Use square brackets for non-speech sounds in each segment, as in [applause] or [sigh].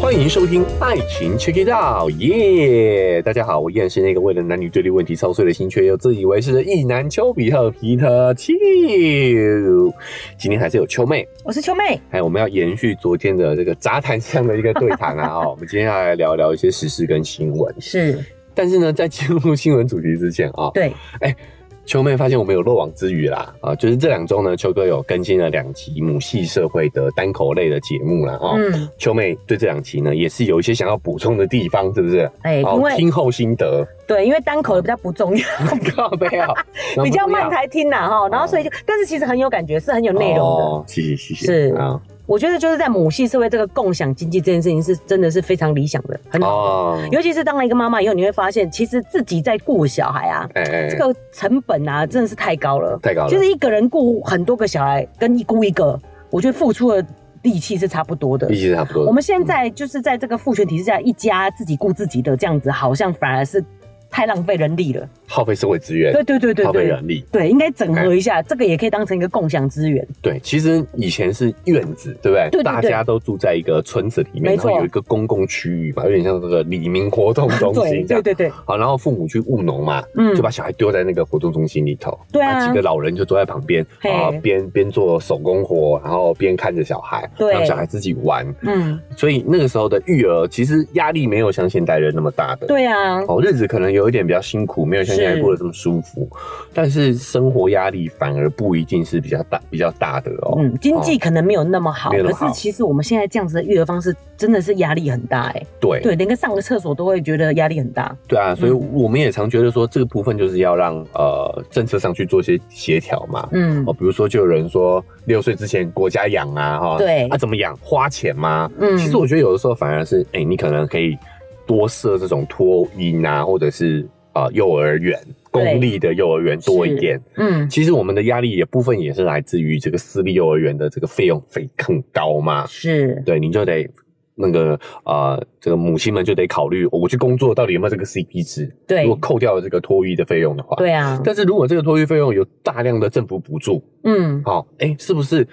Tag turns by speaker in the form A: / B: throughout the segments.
A: 欢迎收听《爱情 Check It Out》，耶！大家好，我依然是那个为了男女对立问题操碎了心却又自以为是的意男丘比特皮特丘。今天还是有丘妹，
B: 我是秋妹，
A: 哎，我们要延续昨天的这个杂谈上的一个对谈啊，哦，我们今天要来聊一聊一些时事跟新闻。
B: 是
A: 但是呢，在进入新闻主题之前
B: [laughs]
A: 啊、
B: 对，
A: 秋妹发现我们有漏网之鱼啦，啊，就是这两周呢，秋哥有更新了两集母系社会的单口类的节目啦，哦。
B: 嗯，
A: 秋妹对这两集呢，也是有一些想要补充的地方，是不是？
B: 哎、
A: 好
B: 因为
A: 听后心得， [laughs]
B: 对，因为单口的比较不重要，
A: 靠背啊，
B: [laughs] 比较慢才听呐哈，然
A: 哦
B: 后所以就，但是其实很有感觉，是很有内容的。
A: 哦，谢谢谢谢，
B: 是
A: 啊，
B: 我觉得就是在母系社会这个共享经济这件事情是真的是非常理想的，很好。
A: 哦，
B: 尤其是当了一个妈妈以后，你会发现其实自己在顾小孩啊，
A: 哎哎，
B: 这个成本啊真的是太高了。
A: 太高了，
B: 就是一个人顾很多个小孩，跟顾一个，我觉得付出的力气是差不多的
A: 力。气差不多。
B: 我们现在就是在这个父权体制下，一家自己顾自己的这样子，好像反而是太浪费人力了。
A: 耗费社会资源，
B: 对对对对
A: 耗费
B: 对，
A: 人哎力，
B: 对，应该整合一下，这个也可以当成一个共享资源。
A: 对，其实以前是院子，对不对？
B: 对对对
A: 大家都住在一个村子里面，
B: 没
A: 然后
B: 错
A: 有一个公共区域嘛，有点像这个里民活动中
B: [laughs] 对
A: 心这
B: 对
A: 样。
B: 对对，
A: 好，然后父母去务农嘛，
B: 嗯
A: 就把小孩丢在那个活动中心里头，
B: 对啊
A: 几个老人就坐在旁边
B: 嘿
A: 啊，边边做手工活，然后边看着小孩，
B: 对
A: 让小孩自己玩。
B: 嗯，
A: 所以那个时候的育儿其实压力没有像现代人那么大的。
B: 对啊，
A: 哦，日子可能有一点比较辛苦，没有像现在
B: 是
A: 过得这么舒服，但是生活压力反而不一定是比较大、比较大的哦。
B: 嗯，经济可能没有那么好，
A: 没有那
B: 可
A: 么好
B: 是其实我们现在这样子的育儿方式真的是压力很大哎，
A: 对
B: 对，嗯连个上个厕所都会觉得压力很大。
A: 对啊，所以我们也常觉得说，这个部分就是要让呃政策上去做些协调嘛。
B: 嗯
A: 哦，比如说就有人说六岁之前国家养啊，哈、
B: 对
A: 啊怎么养？花钱吗？
B: 嗯
A: 其实我觉得有的时候反而是，哎、你可能可以多设这种托婴啊，或者是啊、呃幼儿园公
B: 对
A: 立的幼儿园多一
B: 是
A: 点。
B: 嗯，
A: 其实我们的压力也部分也是来自于这个私立幼儿园的这个费用非很高嘛，
B: 是，
A: 对，你就得那个呃，这个母亲们就得考虑，哦我去工作到底有没有这个 CP 值？
B: 对
A: 如果扣掉了这个托育的费用的话，。
B: 对啊，
A: 但是如果这个托育费用有大量的政府补助，
B: 嗯，
A: 好、哦，哎，是不是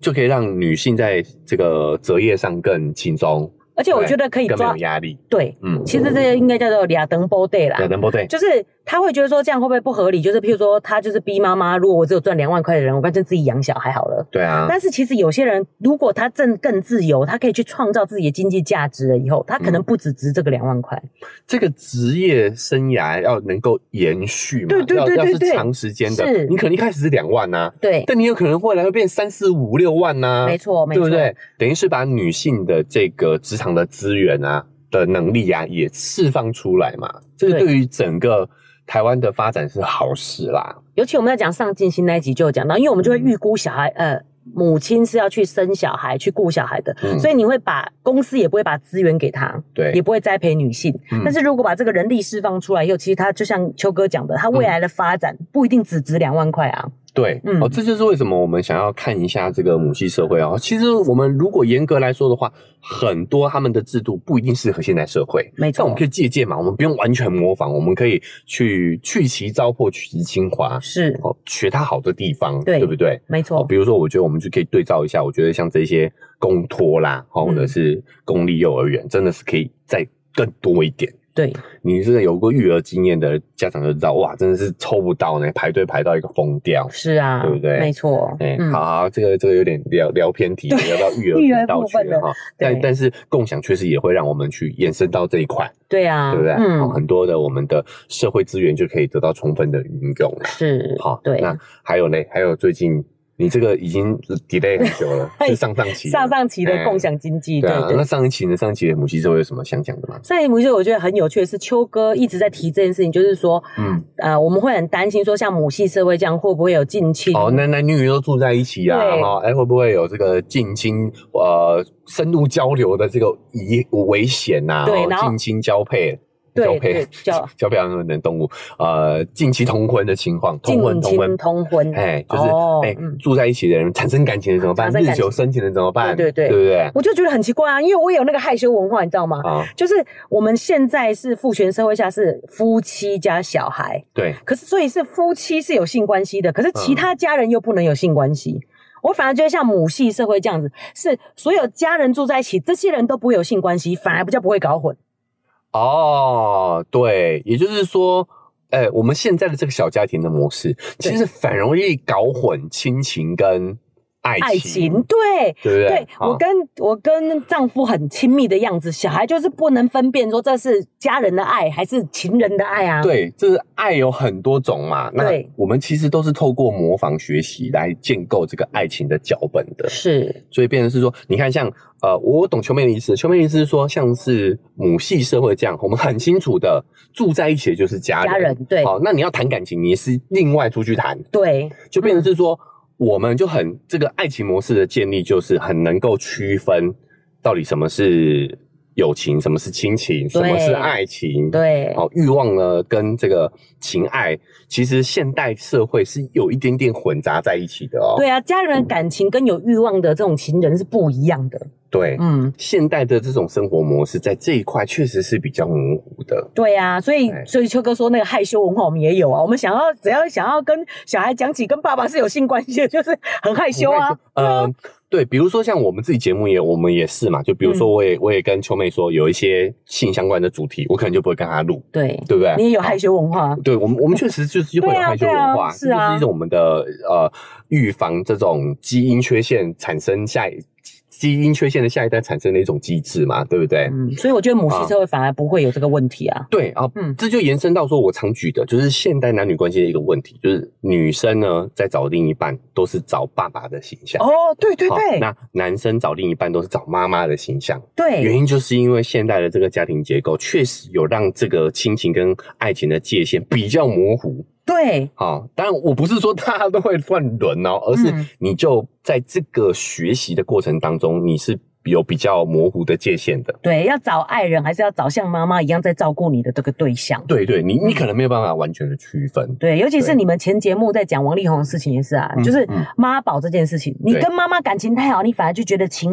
A: 就可以让女性在这个择业上更轻松，
B: 而且我觉得可以
A: 更没
B: 抓
A: 有，压力？
B: 对， [laughs]
A: 嗯，
B: 其实这些应该叫做俩灯波 day 啦，
A: 对，能不对？
B: 就是他会觉得说这样会不会不合理？就是譬如说，他就是逼妈妈，如果我只有赚两万块的人，我干脆自己养小孩好了。
A: 对
B: [laughs]
A: 啊，
B: 但是其实有些人，如果他挣更自由，他可以去创造自己的经济价值了以后，他可
A: 嗯
B: 能不只值这个两万块。
A: 这个职业生涯要能够延续嘛，
B: 对对对
A: 要要
B: 对
A: 是
B: 对
A: 长时间的
B: 是，
A: 你可能一开始是两万呐、啊
B: 对，
A: 但你有可能未来会变三四五六万呐、
B: 没错，没
A: 啊对不
B: 错，
A: 对？等于是把女性的这个职场的资源啊的能力啊也释放出来嘛，这个
B: 对
A: 对于整个台湾的发展是好事啦。
B: 尤其我们在讲上进心那一集就有讲到，因为我们
A: 嗯
B: 就会预估小孩，呃，母亲是要去生小孩、去顾小孩的，
A: 嗯
B: 所以你会把公司也不会把资源给他，
A: 对
B: 也不会栽培女性。
A: 嗯
B: 但是如果把这个人力释放出来以后，其实他就像秋哥讲的，他未来的发展不一定只值两万块啊。
A: 对，
B: 嗯
A: 哦，这就是为什么我们想要看一下这个母系社会哦。其实我们如果严格来说的话，很多他们的制度不一定适合现代社会，
B: 没
A: 但我
B: 错
A: 们可，以借鉴嘛，我们不用完全模仿，我们可以去去其糟粕，取其精华，
B: 是
A: 哦，学它好的地方，
B: 对
A: 不对？
B: 没
A: 哦，
B: 错，
A: 比如说，我觉得我们就可以对照一下，我觉得像这些公托啦，哦，或者
B: 嗯
A: 是公立幼儿园，真的是可以再更多一点。
B: 对，
A: 你这个有过育儿经验的家长就知道，哇，真的是抽不到呢，排队排到一个疯掉。
B: 是啊，
A: 对不对
B: 没错，嗯
A: 哎、好好，这个这个有点聊聊偏题，聊到育儿
B: 育儿
A: 频道
B: 部
A: 去
B: 分
A: 了
B: 的
A: 哈。但
B: 对
A: 但是共享确实也会让我们去延伸到这一块，
B: 对啊，
A: 对不对？哦
B: 嗯，
A: 很多的我们的社会资源就可以得到充分的运用了。
B: 是，
A: 好，
B: 对。
A: 那还有嘞，还有最近你这个已经 delay 很久
B: [laughs]
A: 了，是上上期的
B: 上上期的共享经济，
A: 哎对
B: 对
A: 啊。
B: 对
A: 那上一期呢？上一期的母鸡之后有什么想讲的吗？
B: 上一幕就我觉得很有趣的是，秋哥一直在提这件事情，就是说，
A: 嗯，
B: 呃，我们会很担心说，像母系社会这样会不会有近亲？
A: 哦，男男女女都住在一起啊，
B: 对
A: 哈，哎，会不会有这个近亲呃深入交流的这个疑危险呐、
B: 对
A: 哦
B: 然后
A: 近亲交配。
B: 对
A: 交配
B: 对
A: [laughs]
B: 交
A: 交配啊等等动物，呃，近期同婚的情况，同婚
B: 近
A: 同婚
B: 亲，通婚，
A: 哎，就是哎、
B: 哦嗯
A: 住在一起的人产生感情的怎么办？
B: 产生
A: 日
B: 感情
A: 久生情的怎么办？
B: 对对对
A: 对不对？
B: 我就觉得很奇怪啊，因为我也有那个害羞文化，你知道吗？
A: 啊，
B: 就是我们现在是父权社会下是夫妻加小孩，
A: 对，
B: 可是所以是夫妻是有性关系的，可是其他家人又不能有性关系。我反而觉得像母系社会这样子，是所有家人住在一起，这些人都不会有性关系，反而比较不会搞混。
A: 哦，对，也就是说，哎、我们现在的这个小家庭的模式，其实反容易搞混亲情跟爱情，
B: 爱情，对。
A: 对不对？
B: 对
A: 啊
B: 我跟我跟丈夫很亲密的样子，小孩就是不能分辨说这是家人的爱还是情人的爱啊。
A: 对，就是爱有很多种嘛。那
B: 对
A: 我们其实都是透过模仿学习来建构这个爱情的脚本的。
B: 是，
A: 所以变成是说，你看像呃，我懂秋妹的意思。秋妹的意思是说，像是母系社会这样，我们很清楚的住在一起的就是家人。
B: 家人对
A: 好，那你要谈感情，你是另外出去谈，
B: 对，
A: 就变成是说，
B: 嗯
A: 我们就很这个爱情模式的建立，就是很能够区分到底什么是友情，什么是亲情，什么是爱情。。
B: 对，
A: 好，哦欲望呢跟这个情爱，其实现代社会是有一点点混杂在一起的哦。
B: 对啊，家人的感情跟有欲望的这种情人是不一样的。
A: 对，
B: 嗯，
A: 现代的这种生活模式，在这一块确实是比较模糊的。
B: 对啊，所以
A: 哎
B: 所以秋哥说那个害羞文化我们也有啊，我们想要只要想要跟小孩讲起跟爸爸是有性关系的，就是很害羞啊。
A: 呃，对，比如说像我们自己节目也，我们也是嘛。就比如说，
B: 嗯
A: 我也、我也跟秋妹说，有一些性相关的主题，我可能就不会哦跟她录，
B: 对，
A: 对不对？
B: 你也有害羞文化，
A: 对我们，我们确实就是会有
B: 啊
A: 害羞
B: 对啊对啊
A: 文化，
B: 是啊
A: 这就是一种我们的呃预防这种基因缺陷产生下一基因缺陷的下一代产生的一种机制嘛，对不对？哦
B: 嗯，所以我觉得母系社会反而不会有这个问题啊。
A: 对啊，
B: 嗯
A: 这就延伸到说我常举的，就是现代男女关系的一个问题，就是女生呢在找另一半都是找爸爸的形象，
B: 哦，对对
A: 好
B: 对，
A: 那男生找另一半都是找妈妈的形象，原
B: 对
A: 因就是因为现代的这个家庭结构确实有让这个亲情跟爱情的界限比较模糊。
B: 对
A: 好，当然我不是说大家都会乱伦哦，而是
B: 嗯
A: 你就在这个学习的过程当中，你是有比较模糊的界限的。
B: 对，要找爱人还是要找像妈妈一样在照顾你的这个对象。
A: 对对，你
B: 嗯
A: 你可能没有办法完全的区分。
B: 对，尤其是
A: 对
B: 你们前节目在讲王力宏的事情也是啊，
A: 嗯
B: 就是
A: 嗯
B: 妈宝这件事情，你
A: 对
B: 跟妈妈感情太好，你反而就觉得情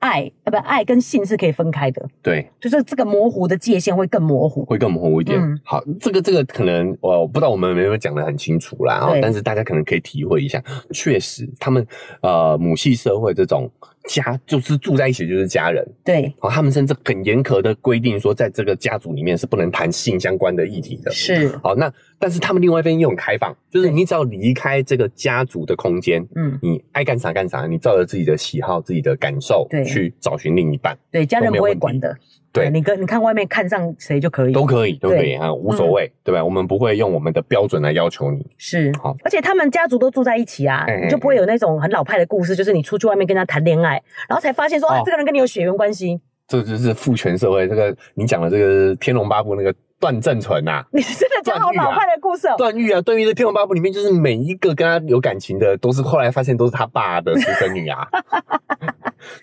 B: 爱啊不爱跟性是可以分开的，
A: 对，
B: 就是这个模糊的界限会更模糊。
A: 会更模糊一点。
B: 嗯
A: 好，这个这个可能呃我不知道我们有没有讲的很清楚啦，哦
B: 对，
A: 但是大家可能可以体会一下，确实他们呃母系社会这种家就是住在一起就是家人，
B: 对，
A: 哦，他们甚至很严格的规定说，在这个家族里面是不能谈性相关的议题的。
B: 是，
A: 好，那但是他们另外一边又很开放，就是
B: 对
A: 你只要离开这个家族的空间，
B: 嗯，
A: 你爱干啥干啥，你照着自己的喜好、自己的感受
B: 对
A: 去找寻另一半，
B: 对，家
A: 都
B: 人
A: 没有
B: 不会
A: 问题
B: 管的。
A: 对
B: 你跟你看外面看上谁就可以，
A: 都可以，都可以
B: 对嗯
A: 啊，无所谓，对吧？我们不会用我们的标准来要求你。
B: 是
A: 好，
B: 而且他们家族都住在一起啊，
A: 哎
B: 你就不会有那种很老派的故事，就是你出去外面跟人家谈恋爱，然后才发现说、啊
A: 哦，
B: 这个人跟你有血缘关系，
A: 这就是父权社会，这个你讲的这个《天龙八部》那个段正淳啊，
B: 你真的讲
A: 段
B: 好
A: 誉啊
B: 老派的故事哦。
A: 段誉啊，段誉在《天龙八部》里面就是每一个跟他有感情的，都是后来发现都是他爸的私生女
B: [laughs]
A: 啊， [laughs]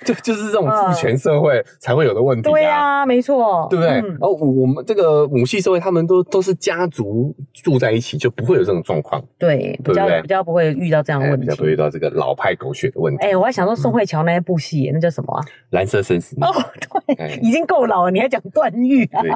A: 就就是这种父权社会才会有的问题
B: 嗯对
A: 啊。
B: 啊，没错，
A: 对不对？
B: 嗯
A: 然后我我们这个母系社会，他们都都是家族住在一起，就不会有这种状况，
B: 对，
A: 对
B: 比
A: 不
B: 较
A: 对
B: 比较不会遇到这样的
A: 哎
B: 问
A: 比
B: 题
A: 较。不会遇嗯到这个老派狗血的问题。
B: 哎、我还想说宋慧乔那一部戏耶，那叫什么啊？
A: 蓝色生死
B: 哦
A: 恋，，
B: 对，
A: 哎
B: 已经够老了，你还讲段誉
A: [laughs]
B: 啊？
A: 对，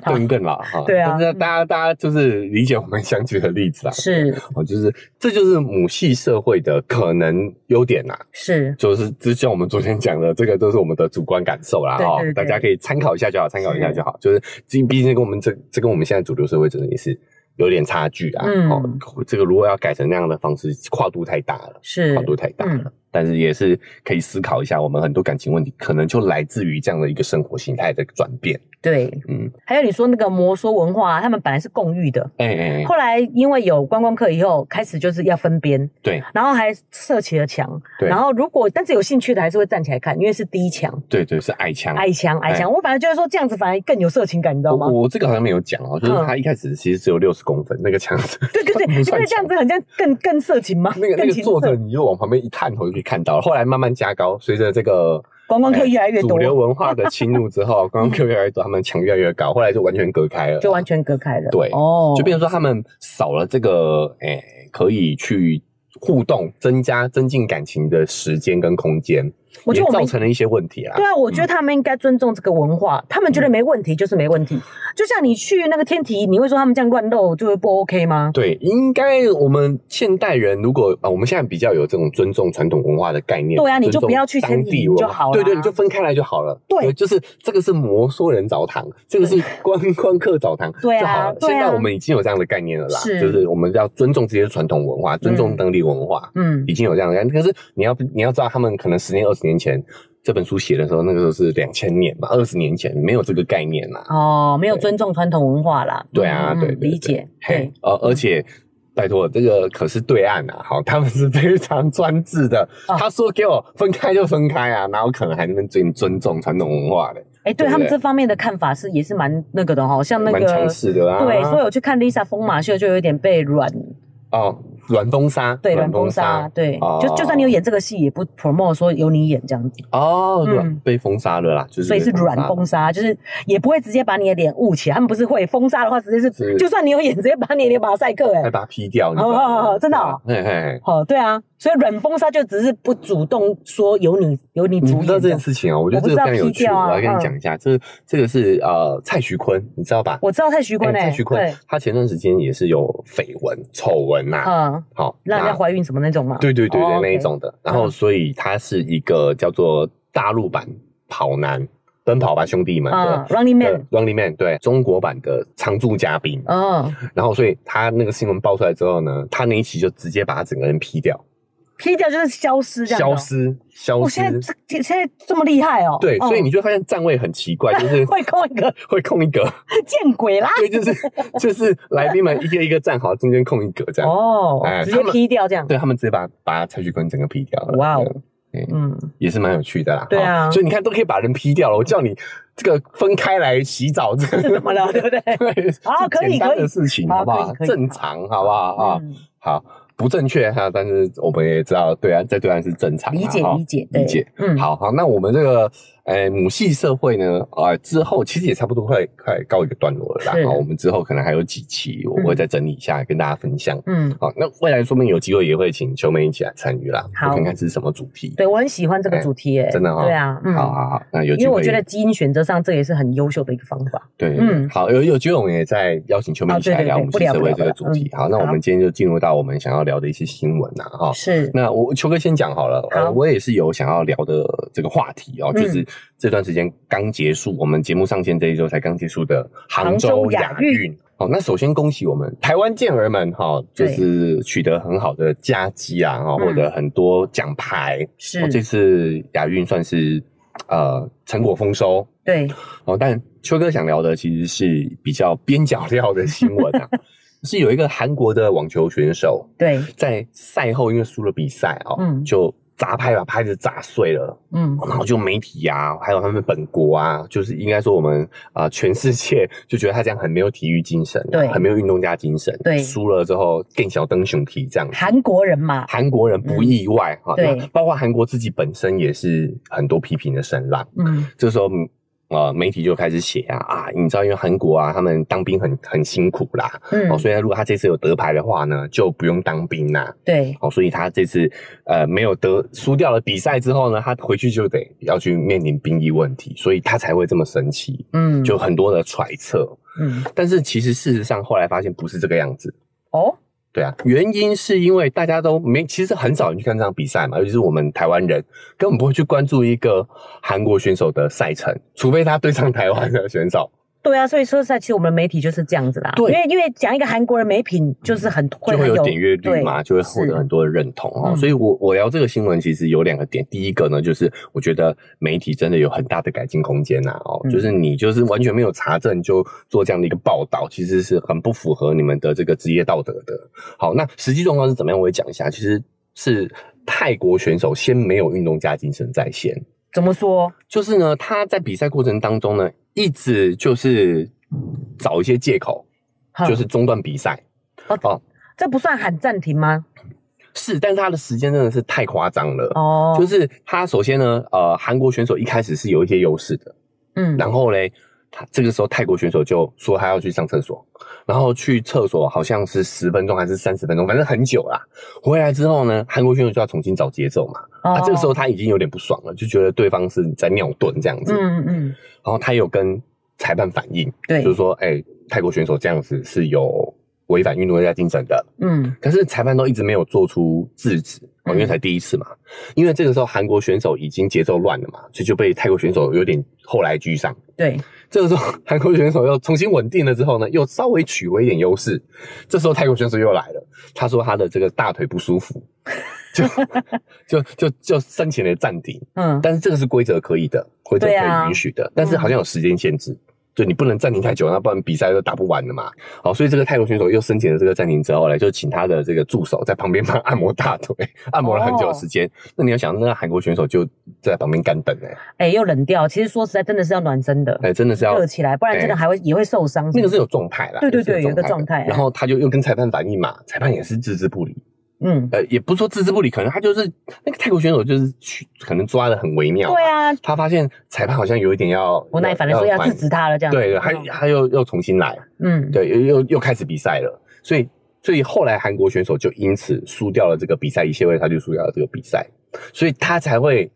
A: [laughs] 更更老哈。
B: 嗯对啊
A: 但是大家大家就是理解我们想举的例子啊，
B: 是
A: 哦，就是这就是母系社会的可能优点呐、啊，
B: 是，
A: 就是之前我们昨天讲的，这个都是我们的主观感受啦，
B: 对
A: 哦
B: 对，对
A: 大家可以参考一下就好，参考一下就好。就是这毕竟跟我们这这跟我们现在主流社会真的也是有点差距啊，
B: 嗯
A: 哦，这个如果要改成那样的方式，跨度太大了，
B: 是
A: 跨度太大了。
B: 嗯
A: 但是也是可以思考一下，我们很多感情问题可能就来自于这样的一个生活形态的转变。
B: 对。
A: 嗯，
B: 还有你说那个摩梭文化啊，他们本来是共浴的，
A: 哎哎、哎
B: 后来因为有观光客以后，开始就是要分边，
A: 对
B: 然后还设起了墙，
A: 对
B: 然后如果但是有兴趣的还是会站起来看，因为是第一墙，
A: 对对，是爱枪。
B: 矮墙矮
A: 哎
B: 墙，我反而觉得说这样子反而更有色情感，你知道吗
A: 我？我这个好像没有讲哦，就是
B: 嗯
A: 他一开始其实只有六十公分那个墙，
B: 对对对，
A: 不
B: 因
A: 算
B: 为这样
A: 长
B: 子很像更更色情吗？
A: 那个那
B: 更
A: 个
B: 情
A: 作
B: 色
A: 者，你就往旁边一探头就可以看到了。后来慢慢加高，随着这个哎
B: 观光客越来越
A: 主
B: 多，
A: 流文化的侵入之
B: [laughs]
A: 后，观光客越来越多，他们墙越来越高，后来就完全隔开了，
B: 就完全隔开了。
A: 对
B: 哦，
A: 就变成说他们少了这个哎诶、可以去互动、增加增进感情的时间跟空间。
B: 我觉
A: 也
B: 得我们
A: 造成了一些问题啊
B: 对。啊，我觉得他们应该尊重这个文化，他们觉
A: 嗯
B: 得没问题就是没问题。就像你去那个天体，你会说他们这样乱漏就会不 OK 吗？
A: 对，应该我们现代人如果啊，我们现在比较有这种尊重传统文化的概念，
B: 对啊你就
A: 尊重
B: 不要去
A: 当
B: 天
A: 地
B: 体
A: 文化
B: 就好啦啊
A: 对对，你就分开来就好了。
B: 对
A: 就是这个是摩梭人澡堂，这个是观 [laughs] 光客澡堂，
B: 对啊
A: 就好了。
B: 对啊
A: 现在我们已经有这样的概念了啦，
B: 是
A: 就是我们要尊重这些传统文化，尊重
B: 嗯
A: 当地文化。
B: 嗯，
A: 已经有这样的概念。可是你要你要知道，他们可能十年、二十年前这本书写的时候，那个时候是两千年吧，二十年前没有这个概念啦。
B: 哦，没有
A: 对
B: 尊重传统文化啦。
A: 对啊，
B: 嗯
A: 对对对
B: 理解。
A: 嘿
B: 对，，
A: 呃，而且。拜托，这个可是对岸啊，好，他们是非常专制的。
B: 哦
A: 他说给我分开就分开啊，哪有可能还能尊尊重传统文化的？
B: 哎，
A: 对
B: 对
A: 不
B: 他们
A: 对
B: 这方面的看法是也是蛮那个的哈，像那
A: 蛮强
B: 个。
A: 势的啊。
B: 对，所以我去看 Lisa 疯马秀就有点被软，
A: 哦，软风沙，
B: 对软封杀，对，
A: 哦
B: 就就算你有演这个戏，也不 promote 说由你演这样子，
A: 哦，软、
B: 嗯
A: 被封杀了啦，就是
B: 所以是
A: 被
B: 软
A: 杀
B: 封杀，就是也不会直接把你的脸捂起来。他们不是会封杀的话，直接是
A: 是
B: 就算你有演，直接把你的脸马赛克、
A: 还
B: 哎，
A: 把它劈掉，你知道
B: 哦哦
A: 吗
B: 哦真的哦
A: 对啊嘿嘿嘿，
B: 哦，对啊，所以软封杀就只是不主动说由你由你
A: 你
B: 主
A: 不知道
B: 演
A: 这
B: 这
A: 件
B: 样。
A: 事情啊、我觉得
B: 我不
A: 这
B: 知
A: 个
B: 道
A: 非常有趣，
B: 踢掉啊
A: 我要跟你
B: 嗯
A: 讲一下，这这个是呃蔡徐坤，你知道吧？
B: 我知道蔡徐坤
A: 哎
B: 哎、
A: 蔡徐坤
B: 对，
A: 他前段时间也是有绯闻、丑闻呐，
B: 嗯，
A: 好，
B: 让人
A: 那
B: 家怀孕什么那种嘛，
A: 对对对
B: 哦
A: 对，
B: ，OK
A: 那一种的。然后，
B: 嗯
A: 所以他是一个叫做大陆版跑男、奔跑吧兄弟们
B: 嗯
A: 的。
B: ，Running
A: 的
B: Man，
A: Running Man 对中国版的常驻嘉宾，
B: 嗯，
A: 然后所以他那个新闻爆出来之后呢，他那一期就直接把他整个人劈掉，
B: 劈掉就是消失这样子哦，
A: 消失消
B: 我
A: 失
B: 现，在这现在这么厉害哦，
A: 对，
B: 嗯
A: 所以你就会发现站位很奇怪，就是 [laughs]
B: 会空一个
A: 会空一格，
B: 见鬼啦！
A: 对，就是就是来宾们一个一个站好，中间空一格这样。
B: 哦
A: 哎，
B: 直接
A: 他们
B: 劈掉这样，
A: 对他们直接把把蔡徐坤整个 P 掉了，
B: 哇
A: 对
B: 哦，
A: 对
B: 嗯，
A: 也是蛮有趣的啦。
B: 对啊
A: 哈所以你看都可以把人 P 掉了，我叫你这个分开来洗澡，这
B: 是怎么了，对不对？
A: [laughs] 对，
B: 好
A: 是
B: 可以
A: 简单
B: 可
A: 的
B: 以
A: 事情，
B: 好
A: 好不好？
B: 可以可以
A: 正常，好不好啊？
B: 嗯
A: 好，不正确哈，但是我们也知道，对岸在对岸是正常啊，
B: 理解
A: 哈
B: 理解
A: 理解。，
B: 对嗯，
A: 好好，那我们这个呃母系社会呢，呃之后其实也差不多快快告一个段落了啦。
B: 是
A: 好，我们之后可能还有几期，我会再整理一下、跟大家分享。
B: 嗯，
A: 好，那未来说不定有机会也会请球妹一起来参与啦，
B: 好
A: 我看看是什么主题。
B: 对我很喜欢这个主题，哎，
A: 真的哦
B: 对啊，嗯，
A: 好好好，那有机
B: 因为
A: 会
B: 我觉得基因选择上这也是很优秀的一个方法。
A: 对，嗯，
B: 嗯
A: 好，有有机会我们也再邀请球妹一起来聊
B: 哦
A: 母
B: 对对对
A: 系社会这个主
B: 不聊不
A: 题
B: 聊。
A: 好，那我
B: 好
A: 们今天就进入到我们想要聊的一些新闻啦，哈。
B: 是，
A: 哦那我球哥先讲好了，呃，
B: 好嗯
A: 我也是有想要聊的这个话题哦，就是这段时间刚结束，我们节目上线这一周才刚结束的杭州
B: 杭州
A: 亚
B: 亚
A: 运
B: 运。
A: 哦，那首先恭喜我们台湾健儿们哈、就
B: 对
A: 是取得很好的佳绩啊，哈、
B: 嗯
A: 获得很多奖牌。
B: 是
A: 哦，这次亚运算是呃成果丰收
B: 对，
A: 哦，但秋哥想聊的其实是比较边角料的新闻啊， [laughs] 是有一个韩国的网球选手，
B: 对，
A: 在赛后因为输了比赛哦，
B: 嗯
A: 就砸拍把拍子砸碎了，
B: 嗯，
A: 然后就媒体啊，还有他们本国啊，就是应该说我们啊、呃全世界就觉得他这样很没有体育精神、啊，
B: 对
A: 很没有运动家精神，
B: 对
A: 输了之后更小灯熊体这样子。
B: 韩国人嘛，
A: 韩国人不意外哈、
B: 对
A: 那包括韩国自己本身也是很多批评的声浪。
B: 嗯，
A: 这时候，嗯呃，媒体就开始写啊啊，你知道，因为韩国啊，他们当兵很很辛苦啦，
B: 嗯
A: 哦，，所以如果他这次有得牌的话呢，就不用当兵啦、
B: 对，
A: 哦，所以他这次呃没有得输掉了比赛之后呢，他回去就得要去面临兵役问题，所以他才会这么生气，
B: 嗯，
A: 就很多的揣测。
B: 嗯，
A: 但是其实事实上后来发现不是这个样子，
B: 哦，
A: 对啊，原因是因为大家都没，其实很少人去看这场比赛嘛，尤其是我们台湾人根本不会去关注一个韩国选手的赛程，除非他对上台湾的选手，
B: 对啊，所以说实在，其实我们媒体就是这样子啦。
A: 对
B: 因为因为讲一个韩国人没品，就是很会
A: 就会
B: 很
A: 有点阅率嘛，
B: 对
A: 就会获得
B: 是
A: 很多的认同哦。
B: 嗯
A: 所以我我聊这个新闻其实有两个点，第一个呢就是我觉得媒体真的有很大的改进空间呐、哦，
B: 嗯
A: 就是你就是完全没有查证就做这样的一个报道，其实是很不符合你们的这个职业道德的。好，那实际状况是怎么样？我也讲一下，其实是泰国选手先没有运动家精神在先，
B: 怎么说？
A: 就是呢他在比赛过程当中呢，一直就是找一些借口，
B: 哼
A: 就是中断比赛。
B: 哦
A: 哦，
B: 这不算喊暂停吗？
A: 是，但是他的时间真的是太夸张了。
B: 哦，
A: 就是是他首先呢，呃，韩国选手一开始是有一些优势的，
B: 嗯
A: 然后嘞，他这个时候泰国选手就说他要去上厕所，然后去厕所好像是十分钟还是三十分钟，反正很久啦。回来之后呢，韩国选手就要重新找节奏嘛。
B: 哦
A: 啊，这个时候他已经有点不爽了，就觉得对方是在尿遁这样子。
B: 嗯嗯嗯，
A: 然后他有跟裁判反映，
B: 对，
A: 就是说，哎、泰国选手这样子是有违反运动家精神的。
B: 嗯
A: 可是裁判都一直没有做出制止，哦，因为才第一次嘛。因为这个时候韩国选手已经节奏乱了嘛，所以就被泰国选手有点后来居上。
B: 对，
A: 这个时候，韩国选手又重新稳定了之后呢，又稍微取回一点优势。这时候泰国选手又来了，他说他的这个大腿不舒服，就 [laughs] 就就就申请了暂停。
B: 嗯
A: 但是这个是规则可以的，规则可
B: 对啊嗯
A: 以允许的，但是好像有时间限制，就你不能暂停太久，那不然比赛都打不完了嘛。好，所以这个泰国选手又申请了这个暂停之后呢，就请他的这个助手在旁边帮他按摩大
B: [laughs]
A: 腿，按摩了很久的时
B: 哦
A: 间。那你要想，那个韩国选手就在旁边干等哎、
B: 哎、又冷掉。其实说实在，真的是要暖身的，
A: 哎、真的是要
B: 热起来，不然真的还会、也会受伤。
A: 那个是有状态啦，
B: 对对对
A: 是
B: 有一个状态啊
A: 然后他就又跟裁判反映嘛，裁判也是置之不理，
B: 嗯，
A: 呃，也不是说置之不理，可能他就是那个泰国选手就是去，可能抓的很微妙。
B: 对，啊，
A: 他发现裁判好像有一点要
B: 不耐烦的说要制止。他了，这样
A: 对，还他又又重新来，
B: 嗯，
A: 对，又又又开始比赛了，所以所以后来韩国选手就因此输掉了这个比赛，一谢位他就输掉了这个比赛，所以他才会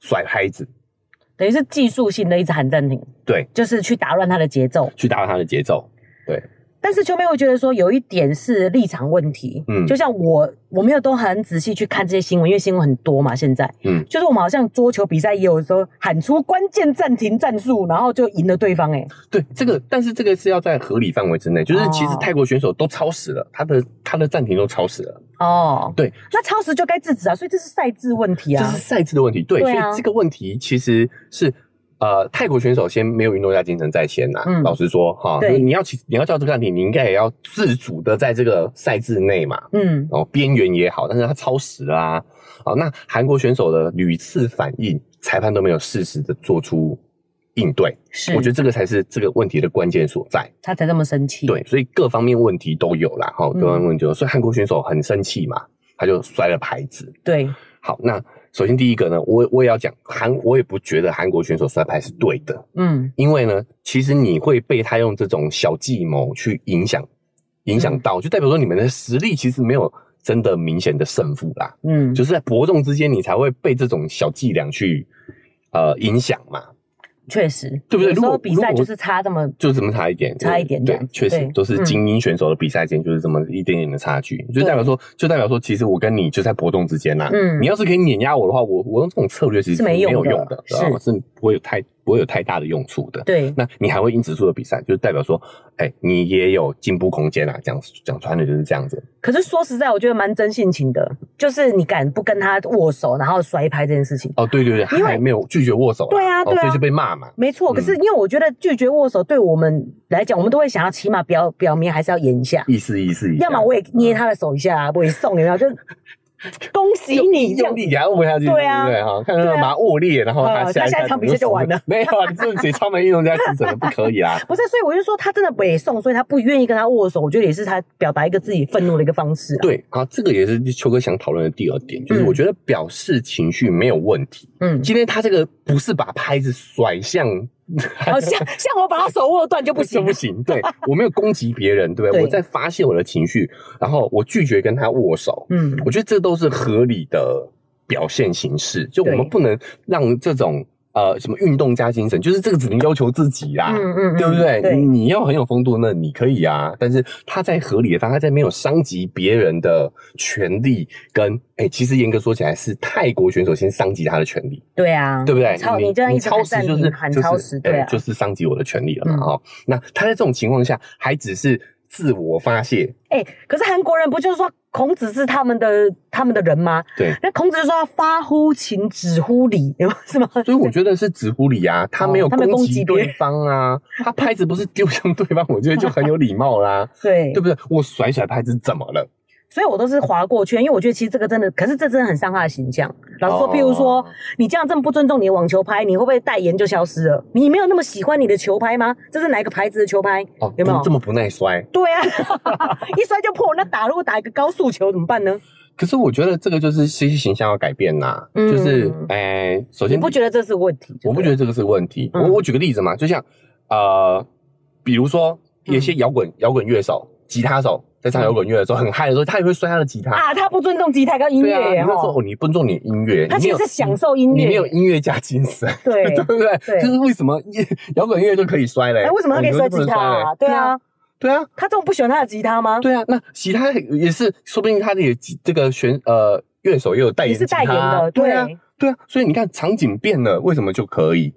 A: 甩拍子，
B: 等于是技术性的一直喊暂停，
A: 对，
B: 就是去打乱他的节奏。
A: 去打乱他的节奏，
B: 但是秋妹会觉得说，有一点是立场问题。
A: 嗯
B: 嗯，就像我我没有都很仔细去看这些新闻，因为新闻很多嘛。现在，
A: 嗯
B: 嗯，就是我们好像桌球比赛也有时候喊出关键暂停战术，然后就赢了对方、欸。哎，
A: 对，这个，但是这个是要在合理范围之内，就是其实
B: 哦
A: 泰国选手都超时了，他的他的暂停都超时了，
B: 哦，
A: 对，
B: 那超时就该制止啊，所以这是赛制问题
A: 这
B: 啊
A: 是。赛制的问题。对，
B: 对啊
A: 所以这个问题其实是呃，泰国选手先没有运动家精神在先呐、
B: 嗯
A: 老实说哈，
B: 对
A: 就是你要起你要叫这个暂停，你应该也要自主的在这个赛制内嘛，
B: 嗯，
A: 哦，边缘也好，但是他超时啦、啊，那韩国选手的屡次反应，裁判都没有适时的做出应对，
B: 是，
A: 我觉得这个才是这个问题的关键所在。
B: 他才这么生气。，
A: 对，所以各方面问题都有啦，哈，各方面问题都有，所以韩国选手很生气嘛，他就摔了牌子。
B: 对，
A: 好，那首先第一个呢，我我也要讲韩，我也不觉得韩国选手摔牌是对的，
B: 嗯，
A: 因为呢，其实你会被他用这种小计谋去影响，影响到，就代表说你们的实力其实没有真的明显的胜负啦，
B: 嗯，
A: 就是在伯仲之间，你才会被这种小伎俩去呃影响嘛。
B: 确实，
A: 对不对
B: 有时
A: 如果
B: 候比赛
A: 如果
B: 就是差这么，
A: 就这么差一点，
B: 差一点这
A: 对
B: 样，子
A: 确实
B: 对
A: 都是
B: 嗯
A: 精英选手的比赛间就是这么一点点的差距，就代表说，就代表说，其实我跟你就在搏动之间啦。
B: 嗯
A: 你要是可以碾压我的话，我我用这种策略其实
B: 是没
A: 有
B: 用的
A: 用的，
B: 是
A: 然后是不会有太不会有太大的用处的。
B: 对，
A: 那你还会因此输的比赛，就是代表说，哎，你也有进步空间啊。讲讲穿了就是这样子。
B: 可是说实在，我觉得蛮真性情的，就是你敢不跟他握手，然后摔拍这件事情。
A: 哦，对对对，他
B: 因为
A: 还没有拒绝握手啦，
B: 对啊
A: 哦
B: 对啊
A: 所以就被骂嘛。
B: 没错，可是
A: 嗯
B: 因为我觉得拒绝握手对我们来讲，我们都会想要起码表表明还是要演一下，
A: 意思意思一下，嗯
B: 要么我也捏他的手一下，啊我也送有
A: [laughs]
B: 没有？就恭喜
A: 用
B: 你这样
A: 用。力给他握下去，
B: 对啊
A: 对哈，看能不能
B: 对啊
A: 把它握裂，然后
B: 呃
A: 他下
B: 他下一场比赛就完了
A: [laughs] 没有
B: [laughs]
A: 啊，你这嘴超没运动家精神的，不可以啊。
B: 不是，所以我就说他真的北送，所以他不愿意跟他握手，我觉得也是他表达一个自己愤怒的一个方式啊。
A: 对啊，这个也是秋哥想讨论的第二点，就是
B: 嗯
A: 我觉得表示情绪没有问题。 [laughs]
B: 嗯，
A: 今天他这个不是把拍子甩向，
B: 好像像我把他手握断就不
A: 这
B: 行啊
A: 不。行。对我没有攻击别人，对不对？
B: 对
A: 我在发泄我的情绪，然后我拒绝跟他握手，
B: 嗯，
A: 我觉得这都是合理的表现形式，就我们
B: 对
A: 不能让这种呃什么运动家精神，就是这个只能要求自己啦，
B: 嗯嗯嗯
A: 啊对不对？
B: 对
A: 你要很有风度，那你可以啊，但是他在合理的方，他在没有伤及别人的权利跟，哎、其实严格说起来是泰国选手先伤及他的权利，
B: 对啊，
A: 对不对？
B: 超你这样一直
A: 超
B: 喊
A: 时
B: 暂
A: 就是
B: 停，喊
A: 就是
B: 超时，对
A: 哎
B: 啊，
A: 就是伤及我的权利了嘛，
B: 嗯
A: 哦，那他在这种情况下还只是自我发泄，
B: 哎、可是韩国人不就是说孔子是他们的他们的人吗？
A: 对。
B: 那孔子就说他发乎情，止乎礼，有 [laughs] 是吗？
A: 所以我觉得是直呼礼啊，他没有
B: 哦他没有
A: 攻
B: 攻
A: 击
B: 击别
A: 对
B: 人
A: 方
B: [laughs]
A: 啊，他拍子不是丢向对方，我觉得就很有礼貌
B: [laughs]
A: 啦，
B: 对
A: 对，不对？我甩甩拍子怎么了？
B: 所以我都是划过去，因为我觉得其实这个真的，可是这真的很伤他的形象。老实说，
A: 哦
B: 譬如说你这样这么不尊重你的网球拍，你会不会代言就消失了？你没有那么喜欢你的球拍吗？这是哪一个牌子的球拍？
A: 哦，
B: 有没有
A: 这么不耐摔？
B: 对啊， [laughs] 一摔就破。那打如果打一个高速球怎么办呢？
A: 可是我觉得这个就是这些形象要改变啦，
B: 嗯
A: 就是哎，首
B: 你
A: 先
B: 不觉得这是问题？
A: 我不觉得这个是问题，
B: 嗯
A: 我我举个例子嘛，就像呃，比如说有一些摇滚摇滚乐手、吉他手在唱摇滚乐的时候很嗨的时候，他也会摔他的吉他。
B: 啊，他不尊重吉他跟音
A: 对啊，
B: 乐
A: 你
B: 耶
A: 会说
B: 吼
A: 哦，你尊重你的音乐，
B: 他
A: 你
B: 其
A: 没
B: 实
A: 有
B: 是享受音乐，
A: 你没有音乐家精神，
B: 对
A: [laughs] 对不对？
B: 对
A: 就是为什么摇 [laughs] 摇滚乐就可以摔嘞？
B: 哎，为什么他可以
A: 我
B: 摔
A: 们就不
B: 吉
A: 能
B: 他
A: 嘞
B: 啊？对啊，，
A: 对啊，
B: 他这种不喜欢他的吉他吗？
A: 对啊，那其他也是，说不定他的也这个选呃乐手也有代
B: 你
A: 言
B: 是
A: 吉他
B: 代
A: 啊，
B: 言的，
A: 对
B: 对，
A: 啊，
B: 因
A: 对啊，所以你看场景变了，为什么就可以？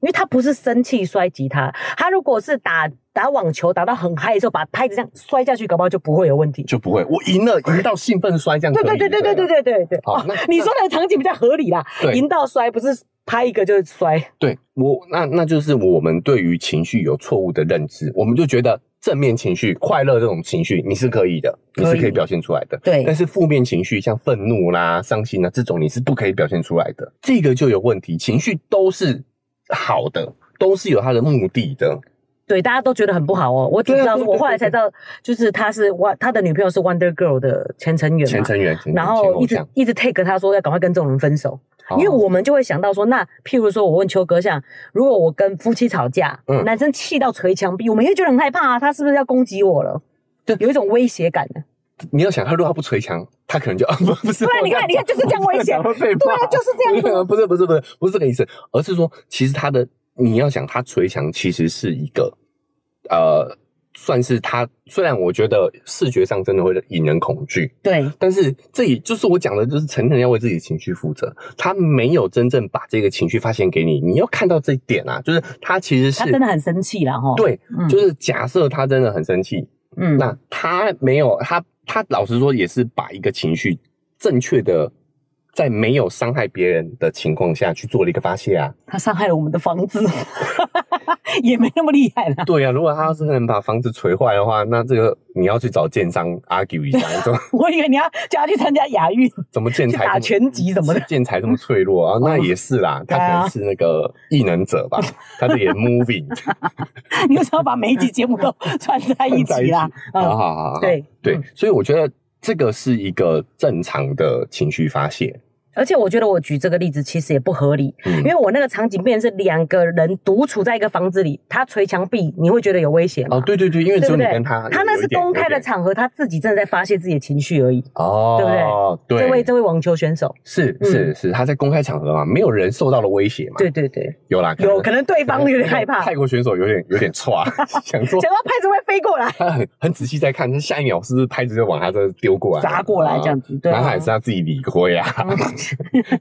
B: 为他不是生气摔吉他，他如果是打打网球打到很嗨的时候，把拍子这样摔下去，搞不好就不会有问题。
A: 就不会我赢了，赢到兴奋摔这样可
B: 对
A: 以？
B: 对对对对
A: 对啊。
B: 对对对对。
A: 好
B: 哦
A: 那
B: 你说的场景比较合理啦，
A: 对
B: 赢到摔不是拍一个就是摔，
A: 对我那那就是我们对于情绪有错误的认知，我们就觉得正面情绪、快乐这种情绪你是可以的，你是
B: 可以
A: 可以表现出来的。
B: 对
A: 但是负面情绪像愤怒啦、伤心啦啊这种，你是不可以表现出来的，这个就有问题。情绪都是好的，都是有它的目的的。
B: 对，大家都觉得很不好哦。我只
A: 对啊
B: 知道
A: 对
B: 是，
A: 对
B: 我后来才
A: 对
B: 知道，就是他是 One，他的女朋友是 Wonder Girl 的前成员
A: 前
B: 嘛，
A: 成员，前
B: 然
A: 前
B: 后一
A: 偶
B: 直
A: 像，
B: 一直 take 他说要赶快跟这种人分手，
A: 哦
B: 因为我们就会想到说，那譬如说我问秋哥像，如果我跟夫妻吵架，
A: 嗯
B: 男生气到捶墙壁，我们也会觉得很害怕啊，他是不是要攻击我了？
A: 对
B: 有一种威胁感呢。
A: 你要想，他如果他不捶墙，他可能就不不是。
B: 对啊你看你看就是这样危险
A: 对
B: 对啊，就是这样
A: [laughs]
B: 子。
A: 不是不是不是不是这个意思，而是说，其实他的你要想，他捶墙其实是一个，呃，算是他虽然我觉得视觉上真的会引人恐惧，
B: 对
A: 但是这也就是我讲的，就是成人要为自己的情绪负责，他没有真正把这个情绪发泄给你，你要看到这一点啊，就是他其实
B: 他
A: 是
B: 真的很生气啦，哈。，
A: 对，
B: 嗯
A: 就是假设他真的很生气，
B: 嗯，
A: 那他没有他他老实说也是把一个情绪正确的，在没有伤害别人的情况下去做了一个发泄啊。 [laughs]
B: 他伤害了我们的房子， [laughs] 也没那么厉害啦。 [laughs]
A: 对啊，如果他要是能把房子锤坏的话，那这个你要去找建商 argue 一下，你怎么
B: 我以为你要叫他去参加亚运，
A: 怎么建
B: 去
A: 材
B: 打
A: 这么
B: 拳击什么的。
A: 建材这么脆弱
B: [laughs]
A: 啊？那也是啦，他
B: 对
A: 可
B: 啊
A: 能是那个异能者吧，他的也
B: [laughs]
A: moving
B: 你为什么要把每一集节目都串在一
A: [laughs]
B: 起啦？
A: 啊，好
B: 嗯，
A: 好好好，
B: 对
A: 对
B: 嗯，
A: 所以我觉得这个是一个正常的情绪发泄，
B: 而且我觉得我举这个例子其实也不合理，
A: 嗯
B: 因为我那个场景变成是两个人独处在一个房子里，他捶墙壁，你会觉得有危险吗？
A: 哦，对对对，因为只
B: 对
A: 有
B: 不
A: 你
B: 对？
A: 跟他，
B: 他那
A: 有
B: 是
A: 一点
B: 公开的，场合，他自己正在发泄自己的情绪而已。
A: 有一点哦，对
B: 这位这位网球选手，
A: 是
B: 嗯
A: 是是，他在公开场合嘛，没有人受到了威胁嘛，
B: 对对对，
A: 有啦，
B: 有可能对方有点害怕，
A: 泰国选手有点有点
B: [laughs]
A: 歘，想说
B: 想到拍子会飞过来
A: 他很很仔细在看，那下一秒是不是拍子就往他这丢过来，
B: 砸过来这样子，对
A: 然后
B: 啊
A: 还是。他自己理亏啊，
B: 嗯
A: [laughs]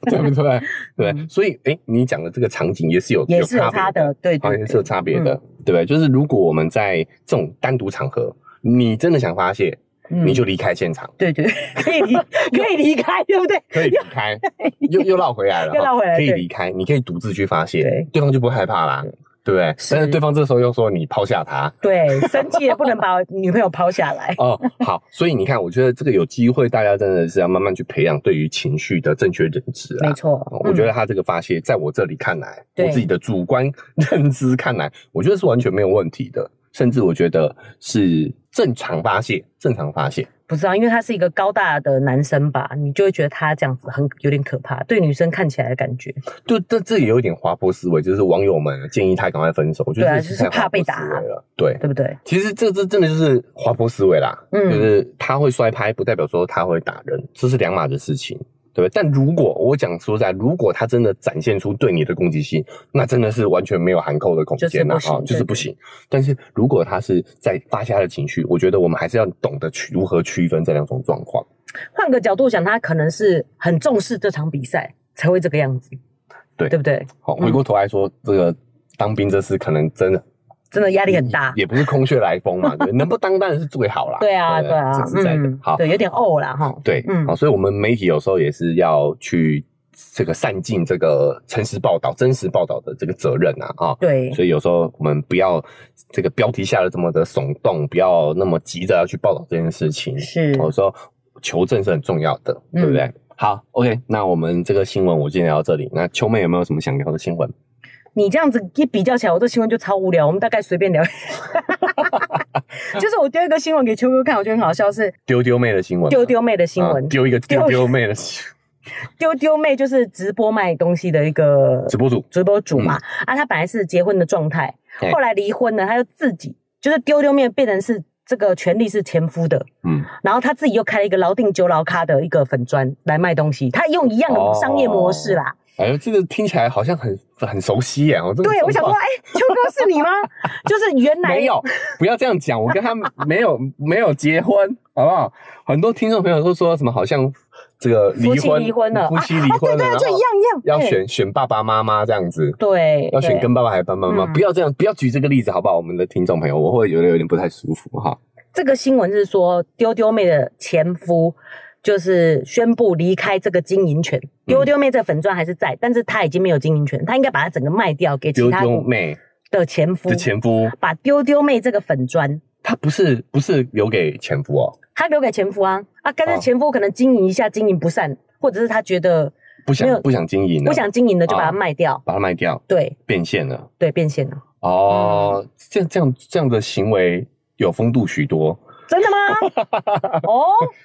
A: 对不对？对，
B: 嗯
A: 所以哎，你讲的这个场景也是有
B: 也是有差
A: 别
B: 的，对
A: 好
B: 对
A: 像是有
B: 对，嗯
A: 差别的，对不对？就是如果我们在这种单独场合，你真的想发泄，
B: 嗯
A: 你就离开现场，
B: 对对， [laughs] 可以
A: [laughs]
B: 离可以离开，对不对？
A: 可以离
B: [laughs]
A: 开，又又绕回来了哈，
B: 又绕回来
A: 可以
B: 对
A: 离开，你可以独自去发泄，
B: 对
A: 对方就不会害怕啦，对不对？
B: 是
A: 但是对方这时候又说你抛下他，
B: 对，生气也不能把女朋友抛下来。 [laughs]
A: 哦，好，所以你看，我觉得这个有机会，大家真的是要慢慢去培养对于情绪的正确认知啊
B: 没。错
A: 哦，我觉
B: 得
A: 得他这个发泄，在我这里看来，
B: 对
A: 我自己的主观认知看来，我觉得是完全没有问题的，甚至我觉得是正常发泄，正常发泄。
B: 不知道，因为他是一个高大的男生吧，你就会觉得他这样子很有点可怕，对女生看起来的感觉，
A: 就这这也有点滑坡思维，就是网友们建议他赶快分手，我觉
B: 对啊
A: 得
B: 就是
A: 太滑坡
B: 怕被打
A: 思维了。对，
B: 对不对？
A: 其实这这真的就是滑坡思维啦，
B: 嗯
A: 就是他会摔拍，不代表说他会打人，这是两码的事情，对不对？但如果我讲说实在，如果他真的展现出对你的攻击性，那真的是完全没有含扣的空间了
B: 就是不行
A: 啊，就是
B: 对
A: 不行。但是如果他是在发泄他的情绪，我觉得我们还是要懂得区如何区分这两种状况。
B: 换个角度想，他可能是很重视这场比赛才会这个样子，
A: 对
B: 对不对？
A: 好，
B: 嗯
A: 哦回过头来说，这个当兵这事可能真的
B: 真的压力很大
A: 也，也不是空穴来风嘛，对能不当当然是最好啦。
B: 对啊，对啊
A: 讲，实在的，好。
B: 对，有点怄啦哈，
A: 对，
B: 嗯
A: 好，所以我们媒体有时候也是要去这个善尽这个诚实报道、真实报道的这个责任啊，啊、
B: 对，
A: 所以有时候我们不要这个标题下的这么的耸动，不要那么急着要去报道这件事情。
B: 是
A: 我说求证是很重要的，
B: 嗯
A: 对不对？好，OK，那我们这个新闻我今天聊到这里。那秋妹有没有什么想聊的新闻？
B: 你这样子一比较起来，我这新闻就超无聊。我们大概随便
A: [laughs]
B: 聊，就是我丢一个新闻给秋哥看，我觉得很好笑，是
A: 丢丢妹的新闻吗，
B: 丢丢妹的新闻
A: 啊。丢一个丢丢妹的新
B: 丢丢妹就是直播卖东西的一个
A: 直播主，
B: 直播主嘛，啊，她本来是结婚的状态，
A: 嗯对
B: 后来离婚了，他又自己就是丢丢面变成是这个权利是前夫的，
A: 嗯，
B: 然后他自己又开了一个劳定九劳咖的一个粉砖来卖东西，他用一样
A: 哦
B: 的商业模式啦。
A: 哎呦，这个听起来好像很很熟悉耶！哦我这个
B: 对，
A: 状
B: 我想说，
A: [laughs] 况
B: 哎、秋哥是你吗？ [laughs] 就是原来
A: 没有，不要这样讲，我跟
B: [laughs]
A: 他们没有没有结婚，好不好？很多听众朋友都说什么好像这个离
B: 夫
A: 婚
B: 妻离婚了啊哦
A: 夫妻离婚
B: 对
A: 了，
B: 对，
A: 然
B: 就一
A: 后
B: 样一
A: 要
B: 样。对
A: 选选爸爸妈妈这样子。
B: 对，
A: 要选
B: 对
A: 跟爸爸还是爸爸妈妈？
B: 嗯
A: 不要这样，不要举这个例子，好不好？我们的听众朋友，我会有点有点不太舒服哈。
B: 这个新闻是说，丢丢妹的前夫就是宣布离开这个经营
A: 嗯
B: 权。丢丢妹这个粉钻还是在，但是她已经没有经营权，她应该把它整个卖掉给其
A: 丢
B: 他
A: 丢妹
B: 的前夫
A: 的，前夫，
B: 把丢丢妹这个粉砖，
A: 他不是不是留给前夫哦，
B: 她留给前夫啊啊！但
A: 哦
B: 是前夫可能经营一下经营不善，或者是他觉得
A: 不
B: 没
A: 想
B: 有
A: 不想经营了，
B: 不想经营了，就把它卖掉。
A: 把它卖掉，
B: 对
A: 变现了。
B: 对，变
A: [laughs]
B: 现了，嗯
A: 哦，这样这样这样的行为有风度许多。
B: 真的吗？
A: [laughs]
B: 哦，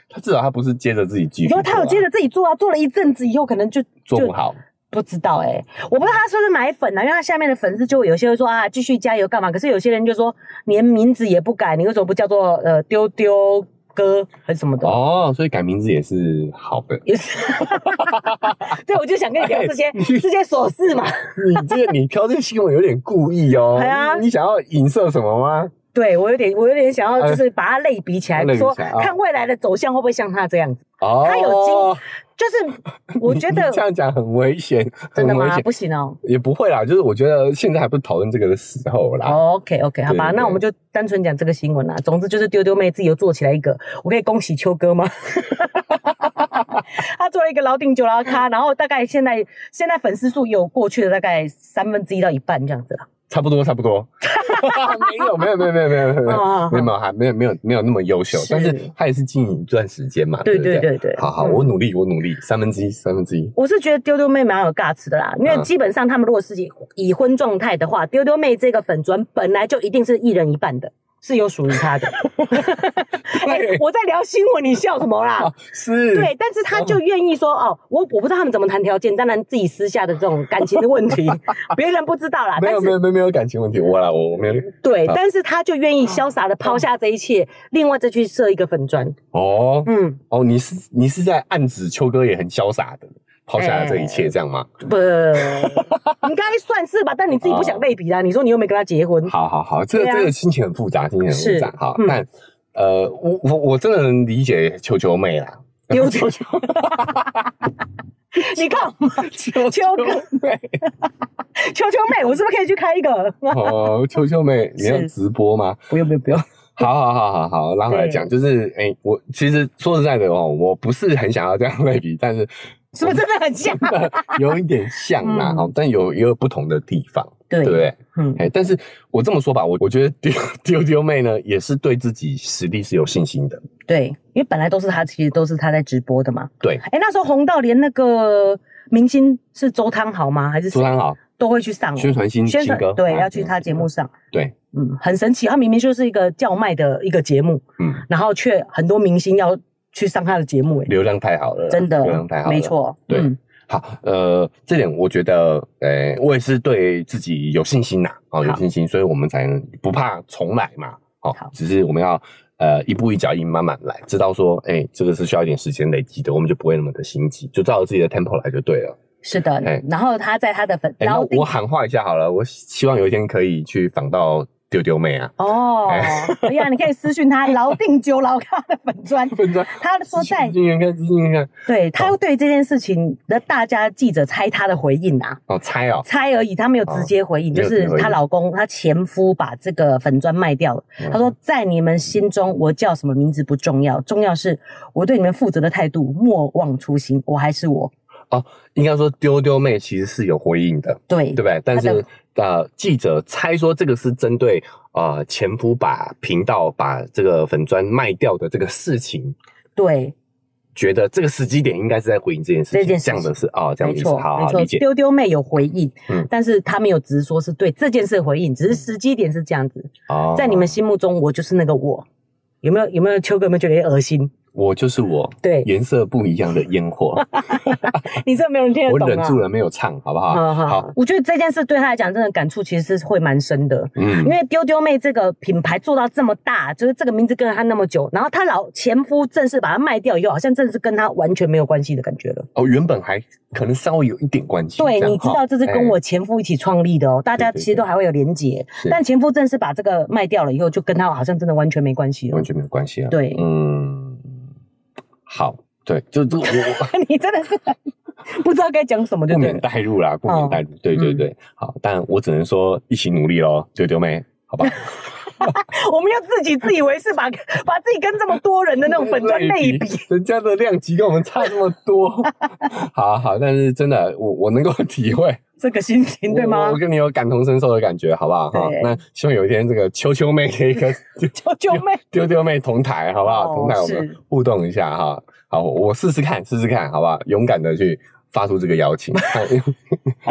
A: 他至少他不是接着自己继续
B: 以
A: 做
B: 后
A: 啊，
B: 他有接着自己做啊，做了一阵子以后，可能就
A: 做
B: 就
A: 不好，
B: 不知道哎、我不知道他是不是买粉啊，因为他下面的粉丝就有些会说啊，继续加油干嘛？可是有些人就说连名字也不改，你为什么不叫做呃丢丢哥还是什么的？。
A: 哦，所以改名字也是好的 [laughs]
B: 也是，对，我就想跟你聊这些、
A: 哎你
B: 这些琐事嘛。
A: 你这个你挑这个新闻有点故意哦。
B: 对啊
A: 你想要影射什么吗？
B: 对我有点，我有点想要就是把它类比起来，
A: 哎类比
B: 说
A: 起来啊
B: 看未来的走向会不会像他这样子。
A: 哦，
B: 他有经就是我
A: 你
B: 觉
A: [laughs] 你
B: 得
A: 这样讲很危险，
B: 真的
A: 很危
B: 吗？
A: 险
B: 不行哦。
A: 也不会啦，就是我觉得现在还不是讨论这个的时候啦。
B: OK OK，好吧，
A: 对对
B: 那我们就单纯讲这个新闻啦。总之就是丢丢妹自己又做起来一个，我可以恭喜秋哥吗？ [laughs] 他做了一个老顶九老咖，然后大概现在现在粉丝数有过去的大概三分之一到一半这样子了。
A: 差不多，差不多。没有，没有，没有，没有，没有，没有，没有
B: 啊，
A: 没有，还没有，没有，没有那么优秀，
B: 是
A: 但是他也是经营一段时间嘛，
B: 对
A: 不
B: 对对对，
A: 好好，
B: 嗯
A: 我努力，我努力，三分之一，三分之一。
B: 我是觉得丢丢妹蛮有尬词的啦，因为
A: 嗯
B: 基本上他们如果是以已婚状态的话，丢丢妹这个粉砖本来就一定是一人一半的，是有属于
A: [laughs]
B: 她的。哎
A: 对
B: 我在聊新闻，你笑什么啦？
A: 啊，是，
B: 对，但是他就愿意说哦，我我不知道他们怎么谈条件，当然自己私下的这种感情的问 [laughs] 题，别人不知道啦。
A: 没有，没
B: 啊但是
A: 有，没有，没有感情问题，我啦，我我没有。
B: 对，
A: 啊
B: 但是他就愿意潇洒的抛下这一切，另外再去设一个粉砖。
A: 哦
B: 嗯，
A: 哦，你是你是在暗指秋哥也很潇洒的抛下了这一切，
B: 哎
A: 这样吗？
B: 不，应该算是吧，但你自己不想类比啦。你说你又没跟他结婚，
A: 好好好，这个
B: 对啊
A: 这个心情很复杂，心情很复杂
B: 是
A: 哈
B: 嗯。
A: 但呃，我我我真的能理解秋秋妹啦，
B: [laughs] 丢丢，你看
A: 秋
B: [laughs] 秋哥
A: 妹。
B: 秋秋妹，我是不是可以去开一个？ [laughs]
A: 哦，秋秋妹，你要
B: 是
A: 直播吗？
B: 不用不用不用，
A: 好好好好好，拉回来讲，就是哎、我其实说实在的哦，我不是很想要这样类比，但是 [laughs]
B: 是不是真的很像？
A: 有一点像啦，
B: 嗯
A: 哦、但有也有不同的地方，
B: 对
A: 对不对？
B: 嗯
A: 哎、但是我这么说吧，我我觉得丢丢丢妹呢，也是对自己实力是有信心的，
B: 对，因为本来都是他，其实都是他在直播的嘛。
A: 对，
B: 哎、那时候红到连那个明星是周汤豪吗？还是
A: 朱
B: 谁
A: 三好
B: 都会去上哦
A: 啊宣传新
B: 宣
A: 新歌，
B: 对，
A: 啊
B: 要去他节目，上。
A: 对，
B: 嗯，很神奇，他明明就是一个叫卖的一个节目，
A: 嗯，
B: 然后却很多明星要去上他的节目、哎，
A: 流量太好了啦，
B: 真的
A: 流量太好，
B: 没。错，
A: 对
B: 嗯
A: 好，呃，这点我觉得，呃，我也是对自己有信心呐、哦，有
B: 好
A: 信心，所以我们才能不怕重来嘛，哦
B: 好，
A: 只是我们要呃一步一脚印慢慢来，知道说，哎、这个是需要一点时间累积的，我们就不会那么的心急，就照着自己的 tempo 来就对了。
B: 是的
A: 哎。
B: 然后他在他的粉，
A: 哎、
B: 然
A: 那
B: 后
A: 我喊话一下好了，我希望有一天可以去访到丢丢妹啊，
B: 哦，哎呀，你可以私讯他老定九老咖的粉
A: [laughs]
B: 砖，
A: 不然
B: 他说在
A: 今天看，今天看，
B: 对他对这件事情的大家记者猜他的回应啊，
A: 哦，猜哦，
B: 猜而已，她没有直接回应，
A: 哦没
B: 就
A: 有直接
B: 是
A: 回应
B: 她老公，她前夫把这个粉砖卖掉了。
A: 嗯
B: 她说，在你们心中，我叫什么名字不重要，重要是我对你们负责的态度，莫忘初心，我还是我。
A: 应该说丢丢妹其实是有回应的，
B: 对，
A: 对不对？但
B: 他
A: 是
B: 的
A: 呃，记者猜说这个是针对呃前夫把频道把这个粉砖卖掉的这个事情，
B: 对，
A: 觉得这个时机点应该是在回应这件事情，
B: 这件事
A: 这样的是啊、哦，这样
B: 没
A: 的意思，
B: 错，
A: 好
B: 没
A: 好
B: 错
A: 理。解。
B: 丢丢妹有回应
A: 嗯，
B: 但是她没有直说是对这件事回应，只是时机点是这样子。
A: 哦
B: 在你们心目中，我就是那个我。有没有有没有秋哥有没有觉得有点恶心？
A: 我就是我，
B: 对
A: 颜色不一样的烟火，
B: 你这 [laughs] 没有人听得
A: 我
B: 懂
A: 忍
B: 啊。嗯
A: 住了没有唱，好不好？
B: 好好，好，我觉得这件事对他来讲，真的感触其实是会蛮深的。
A: 嗯
B: 因为丢丢妹这个品牌做到这么大，就是这个名字跟了她那么久，然后她老前夫正式把它卖掉以后，好像正式跟她完全没有关系的感觉了。
A: 哦，原本还可能稍微有一点关系。
B: 对，
A: 样
B: 你知道
A: 哈哎
B: 这是跟我前夫一起创立的哦，大家
A: 对对
B: 其实都还会有连结，
A: 是
B: 但前夫正式把这个卖掉了以后，就跟他好像真的完全没关系
A: 哎
B: 了
A: 完。全没有关系啊。
B: 对
A: 嗯，好，对，就就我
B: [laughs]
A: 我
B: [laughs] 你真的是不知道该讲什么，对哦嗯
A: 不
B: 不
A: 免
B: 对？
A: 代入啦，不免代入，对对对，好，但我只能说一起努力喽，丢丢妹，好吧？
B: 我们要自己自以为是把，把自己跟这么多 [laughs] 人的那种粉砖类
A: [laughs]
B: 比，，
A: 人家的量级跟我们差这么
B: [laughs]
A: 多，好好，但是真的，我我能够体会，
B: 这个心情对
A: 我
B: 吗
A: 我？跟你有感同身受的感觉，好不好？哈
B: 对，
A: 那希望有一天这个秋秋妹可以跟 [laughs]
B: 求救妹，
A: 丢丢妹同台，好不好？
B: 哦
A: 同台我们
B: 是
A: 互动一下哈。好，我我试试看，试试看，好不好？勇敢的去发出这个邀
B: [laughs]
A: 请，啊看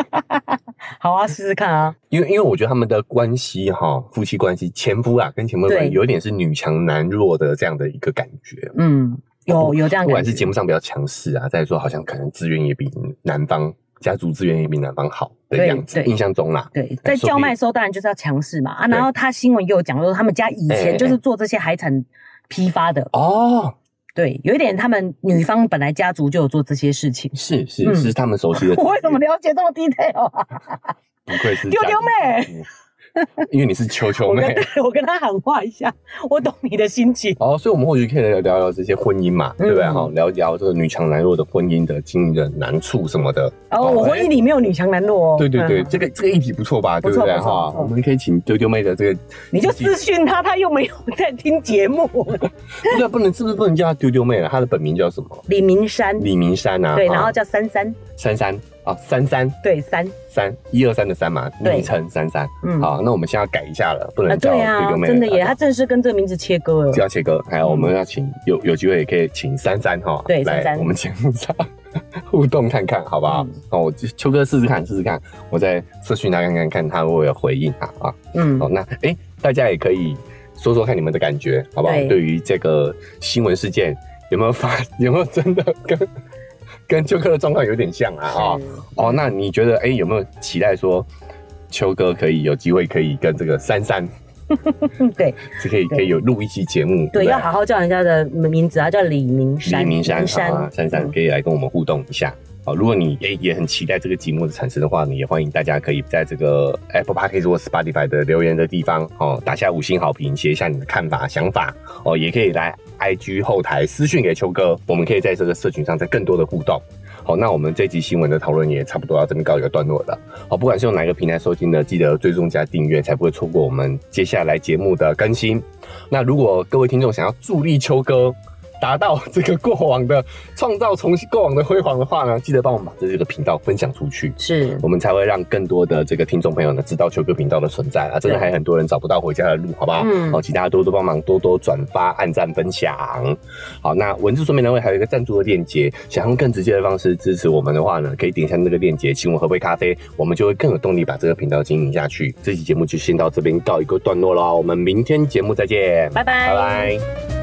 B: 好啊，试试看啊。
A: 因为因为我觉得他们的关系哈，夫妻关系，前夫啊跟前夫的关系
B: 对
A: 有点是女强男弱的这样的一个感觉。
B: 嗯，有有这样
A: 不
B: 感
A: 管
B: 觉。
A: 是节目上比较强势啊，再说好像可能资源也比男方家族资源也比男方好的
B: 对
A: 样子，
B: 对
A: 印象中啦。
B: 对，在
A: 说
B: 叫
A: 不定
B: 卖的时候当然就是要强势嘛啊，
A: 对
B: 然后他新闻也有讲说，他们家以前就是做这些海产批发的，
A: 哦，
B: 对，有一点他们女方本来家族就有做这些事情。
A: 是是
B: 嗯
A: 是，他们熟悉的
B: [laughs] 。我 [laughs] 为什么了解这么 detail 啊？
A: 不愧是
B: 丢丢妹
A: 妹，因为你是球球
B: [laughs] 我
A: 妹
B: 跟我跟他喊话一下，我懂你的
A: [laughs]
B: 心情。
A: 哦，所以我们或许可以聊聊这些婚姻嘛，对不对？
B: 嗯
A: 哈，聊一聊这个女强男弱的婚姻的经营的难处什么的。
B: 哦，我婚姻里没有女强男弱哦。
A: 哎对对对，
B: 嗯，
A: 这个这个议题不错吧？
B: 不
A: 对
B: 错
A: 不对？
B: 不错
A: 哈，
B: 不错
A: 我们可以请丢丢妹的这个，
B: 你就私讯他，他又没有在听节目。
A: 不对，不能是不是不能叫她丢丢妹了？她的本名叫什么？
B: [laughs] 李明山，
A: 李明山啊，
B: 对，
A: 哈
B: 然后叫珊珊，
A: 珊珊啊，珊珊
B: 对三，
A: 三一二三的三嘛，
B: 对
A: 昵称珊珊。
B: 嗯，
A: 好，那我们现在要改一下了，不
B: 啊，
A: 能叫
B: 对
A: 丢
B: 啊
A: 丢，妹了，
B: 真的耶，
A: 啊
B: 他正式跟这个名字切割了
A: 就。要切割，还有我们要请有有机会也可以请珊珊哈，
B: 对珊
A: 来
B: 珊
A: 我们节目上互动看看，好不好
B: 嗯？
A: 那我就秋哥试试看，试试看，我在社群那看看看他会不会有回应啊啊！
B: 嗯
A: 好，，那哎、大家也可以说说看你们的感觉，好不好？
B: 对
A: 对于这个新闻事件，有没有发 [laughs] 有没有真的跟跟秋哥的状况有点像啊？啊
B: 是
A: 哦，那你觉得哎、有没有期待说秋哥可以有机会可以跟这个珊 [laughs] 珊
B: 嗯，对。
A: 是可以可以有录一期节目？
B: 对，
A: 不
B: 要好好叫人家的名字啊，叫李明山。
A: 黎明山
B: 山
A: 啊，珊珊
B: 嗯
A: 可以来跟我们互动一下。好，如果你也也很期待这个节目的产生的话呢，也欢迎大家可以在这个 Apple Podcast 或 Spotify 的留言的地方哦，打下五星好评，写一下你的看法、想法哦，也可以来 IG 后台私讯给秋哥，我们可以在这个社群上再更多的互动。好，那我们这集新闻的讨论也差不多到这边告一个段落了。好，不管是用哪个平台收听的，记得追踪加订阅，才不会错过我们接下来节目的更新。那如果各位听众想要助力秋哥达到这个过往的创造重新过往的辉煌的话呢，记得帮我们把这个频道分享出去。
B: 是
A: 我们才会让更多的这个听众朋友呢知道秋哥频道的存在啊！真的
B: 对
A: 还很多人找不到回家的路，好不好？
B: 嗯
A: 好，请大家多多帮忙，多多转发、按赞、分享。好，那文字说明栏位还有一个赞助的链接，想用更直接的方式支持我们的话呢，可以点一下那个链接，请我们喝杯咖啡，我们就会更有动力把这个频道经营下去。这期节目就先到这边告一个段落喽，我们明天节目再见，
B: 拜拜
A: 拜拜